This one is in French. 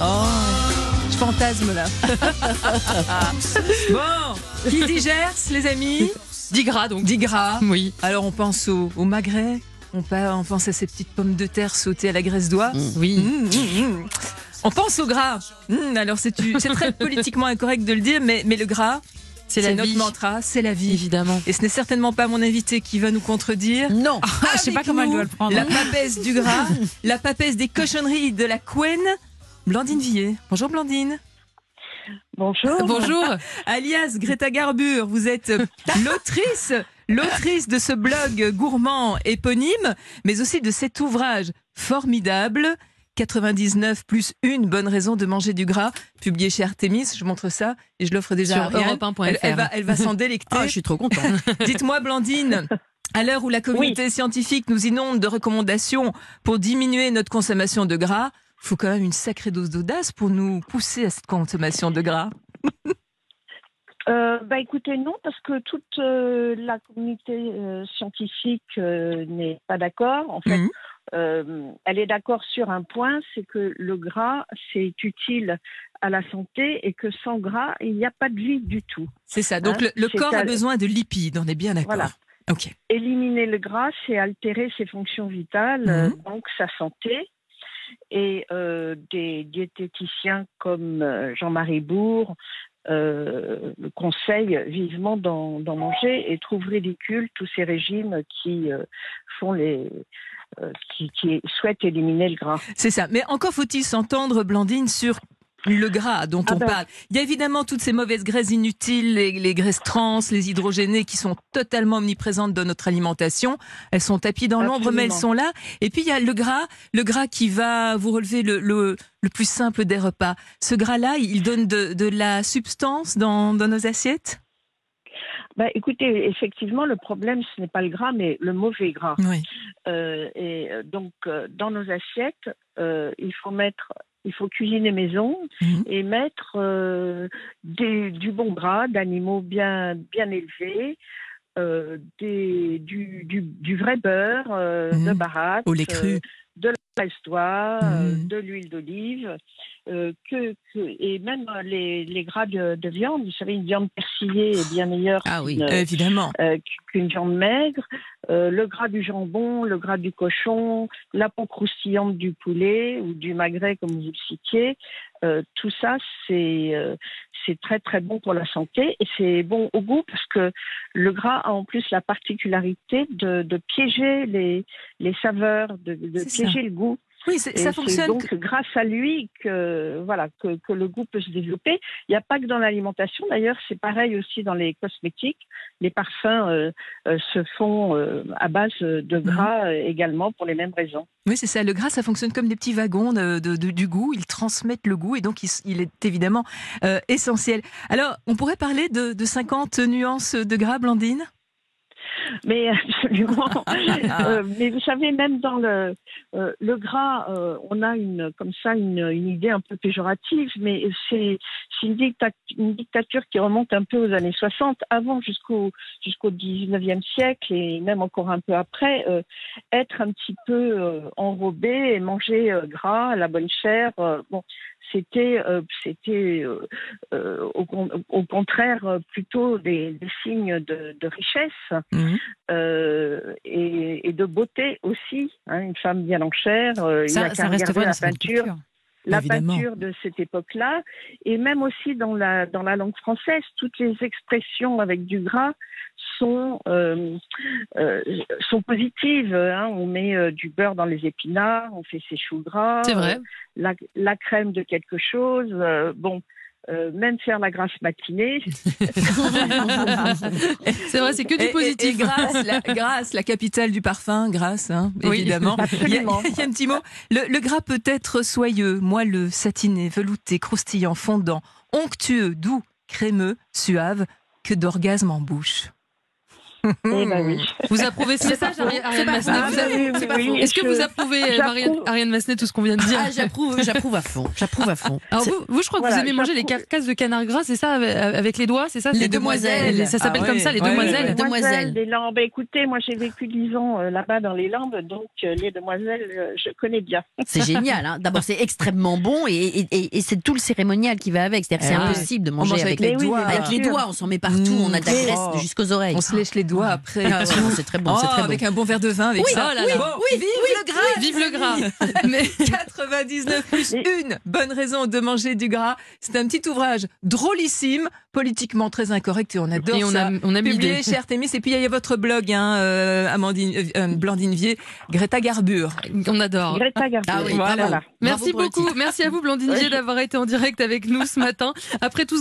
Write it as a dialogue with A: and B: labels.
A: Oh.
B: fantasme là.
A: Bon, qui dit Gers, les amis
B: 10 gras donc.
A: 10 gras.
B: Oui.
A: Alors on pense au, au magret, on, pa- on pense à ces petites pommes de terre sautées à la graisse d'oie.
B: Oui.
A: Mmh, mmh, mmh. On pense au gras. Mmh, alors c'est du- c'est très politiquement incorrect de le dire, mais, mais le gras, c'est
B: la
A: notre
B: vie.
A: mantra, c'est la vie.
B: Évidemment.
A: Et ce n'est certainement pas mon invité qui va nous contredire.
C: Non.
B: Ah, je sais
A: Avec
B: pas comment elle
A: nous,
B: doit le prendre. hein.
A: La papesse du gras, la papesse des cochonneries de la couenne, Blandine Villiers. Bonjour Blandine.
D: Bonjour.
B: Bonjour.
A: Alias Greta Garbure, vous êtes l'autrice, l'autrice de ce blog gourmand éponyme, mais aussi de cet ouvrage formidable. 99 plus une bonne raison de manger du gras, publié chez Artemis. Je montre ça et je l'offre déjà
B: Sur
A: à Ariane.
B: europe 1.fr.
A: Elle, elle va, elle va s'en délecter.
B: Oh,
C: Ah, je suis trop contente.
A: Dites-moi, Blandine, à l'heure où la communauté scientifique nous inonde de recommandations pour diminuer notre consommation de gras, faut quand même une sacrée dose d'audace pour nous pousser à cette consommation de gras.
D: Euh, bah écoutez, non, parce que toute euh, la communauté euh, scientifique euh, n'est pas d'accord. En fait,
A: Mhm.
D: euh, elle est d'accord sur un point, c'est que le gras, c'est utile à la santé et que sans gras, il n'y a pas de vie du tout.
A: C'est ça. Donc
D: Hein,
A: le, le
D: c'est
A: corps
D: ça.
A: a besoin de lipides, on est bien d'accord.
D: Voilà.
A: Ok.
D: Éliminer le gras, c'est altérer ses fonctions vitales, euh, donc sa santé. Et euh, des diététiciens comme euh, Jean-Marie Bourg euh, conseillent vivement d'en d'en manger et trouvent ridicules tous ces régimes qui euh, font les euh, qui, qui souhaitent éliminer le gras.
A: C'est ça. Mais encore faut-il s'entendre, Blandine, sur le gras dont
D: Ah
A: on
D: ben.
A: parle. Il y a évidemment toutes ces mauvaises graisses inutiles, les, les graisses trans, les hydrogénées qui sont totalement omniprésentes dans notre alimentation. Elles sont tapies dans l'ombre, mais elles
D: Absolument.
A: sont là. Et puis il y a le gras, le gras qui va vous relever le, le, le plus simple des repas. Ce gras-là, il donne de, de la substance dans, dans nos assiettes
D: Bah, écoutez, effectivement, le problème ce n'est pas le gras, mais le mauvais gras.
A: Oui.
D: Euh, et euh, donc, euh, dans nos assiettes, euh, il faut mettre, il faut cuisiner maison
A: Mhm.
D: et mettre euh, des- du bon gras, d'animaux bien, bien élevés, euh, des, du, du, du vrai beurre euh, de
A: Mhm.
D: baraque,
A: Au lait cru.
D: euh, de la pastoie, euh,
A: Mhm.
D: de l'huile d'olive, euh, que, que- et même euh, les, les gras de, de viande. Vous savez, une viande persillée est bien meilleure
C: Ah oui.
D: qu'une-
A: Évidemment.
D: euh, qu'une viande maigre, euh, le gras du jambon, le gras du cochon, la peau croustillante du poulet ou du magret, comme vous le citiez, euh, tout ça, c'est euh, c'est très très bon pour la santé et c'est bon au goût parce que le gras a en plus la particularité de, de piéger les, les saveurs, de, de
A: C'est ça.
D: piéger le goût.
A: Oui, c'est-
D: Et
A: ça
D: c'est
A: fonctionne.
D: donc grâce à lui que voilà que, que le goût peut se développer. Il n'y a pas que dans l'alimentation. D'ailleurs, c'est pareil aussi dans les cosmétiques. Les parfums euh, euh, se font euh, à base de
A: Mhm.
D: gras euh, également pour les mêmes raisons.
A: Oui, c'est ça. Le gras, ça fonctionne comme des petits wagons de, de- de- du goût. Ils transmettent le goût et donc il, s- il est évidemment euh, essentiel. Alors, on pourrait parler de, de 50 nuances de gras, Blandine
D: Mais absolument.
A: Ah.
D: Euh, mais vous savez, même dans le, euh, le gras, euh, on a une, comme ça une, une idée un peu péjorative, mais c'est c'est une, dicta- une dictature qui remonte un peu aux années 60, avant jusqu'au jusqu'au 19e siècle et même encore un peu après, euh, être un petit peu euh, enrobé et manger euh, gras, la bonne chair. euh, bon, c'était euh, c'était euh, euh, au, con- au contraire euh, plutôt des, des signes de, de richesse
C: Mhm.
D: euh, et, et de beauté aussi. hein, une femme bien en chair, euh, il n'y a
C: Ça,
D: qu'à
C: ça reste
D: regarder
C: vrai
D: la
C: dans sa
D: peinture,
C: culture.
D: la
C: évidemment.
D: peinture de cette époque-là, et même aussi dans la dans la langue française, toutes les expressions avec du gras sont euh, euh, sont positives. hein. On met euh, du beurre dans les épinards, on fait ses choux gras.
B: C'est vrai.
D: euh, la, la crème de quelque chose. euh, bon. euh, même faire la grasse matinée,
B: C'est vrai, c'est que
A: Et-
B: du
A: et-
B: positif.
A: Et, Grasse, la, Grasse, la capitale du parfum, Grasse, hein,
B: Oui.
A: évidemment. Il y, a,
D: Absolument.
A: il y a un petit mot. Le, le gras peut être soyeux, moelleux, satiné, velouté, croustillant, fondant, onctueux, doux, crémeux, suave, que d'orgasme en bouche.
C: Mmh.
D: Eh ben oui.
B: Vous approuvez ce message, Ari- Ariane
D: Ah,
B: Massenet
D: ben oui, oui, oui,
B: vous- Est-ce que
D: je-
B: vous approuvez, euh, Marianne-
D: j'approuve.
B: Ariane Massenet, tout ce qu'on vient de dire
C: Ah, j'approuve, j'approuve à fond. J'approuve à fond.
B: Alors vous, vous, je crois que
D: Voilà,
B: vous aimez manger les
D: j'approuve.
B: carcasses de canard gras, c'est ça, avec, avec les doigts, c'est ça
C: Les
B: C'est-
C: demoiselles.
B: Ça s'appelle
A: Ah
B: comme
A: ouais,
B: ça, les
A: ouais,
B: demoiselles.
C: ouais. Demoiselles.
D: des Lambes. Écoutez, moi j'ai vécu 10 ans euh, là-bas dans les Lambes, donc euh, les demoiselles, euh, je connais bien.
C: C'est génial. hein. D'abord, c'est extrêmement bon et, et- et- et c'est tout le cérémonial qui va avec. C'est-à-dire que c'est
A: Ah ouais.
C: impossible de
A: On mange
C: manger
A: avec
C: avec,
A: les
D: les-
A: doigts.
C: avec les doigts. On s'en met partout.
A: Mmh.
C: on a de la graisse
A: Oh.
C: jusqu'aux oreilles.
A: On se lèche les doigts après.
C: Ah ouais, non, c'est très bon.
A: Oh,
C: c'est très bon.
A: avec un bon verre de vin. Avec
C: Oui,
A: ça.
B: oh là là.
A: Bon, vive le gras
B: Vive le gras
A: Mais 99 plus une bonne raison de manger du gras. C'est un petit ouvrage drôlissime, politiquement très incorrect et on adore
B: Et on
A: ça.
B: a, on a mis des...
A: Publié chez Artemis et puis il y a votre blog, hein, euh, Amandine, euh, euh, Blandine Vier, Greta Garbure.
B: On adore.
D: Greta Garbo.
C: Ah oui,
D: voilà.
C: bravo.
B: Merci
C: Bravo pour le
B: beaucoup. Merci à vous, Blandine
D: Oui.
B: Vier, d'avoir été en direct avec nous ce matin. Après tout ce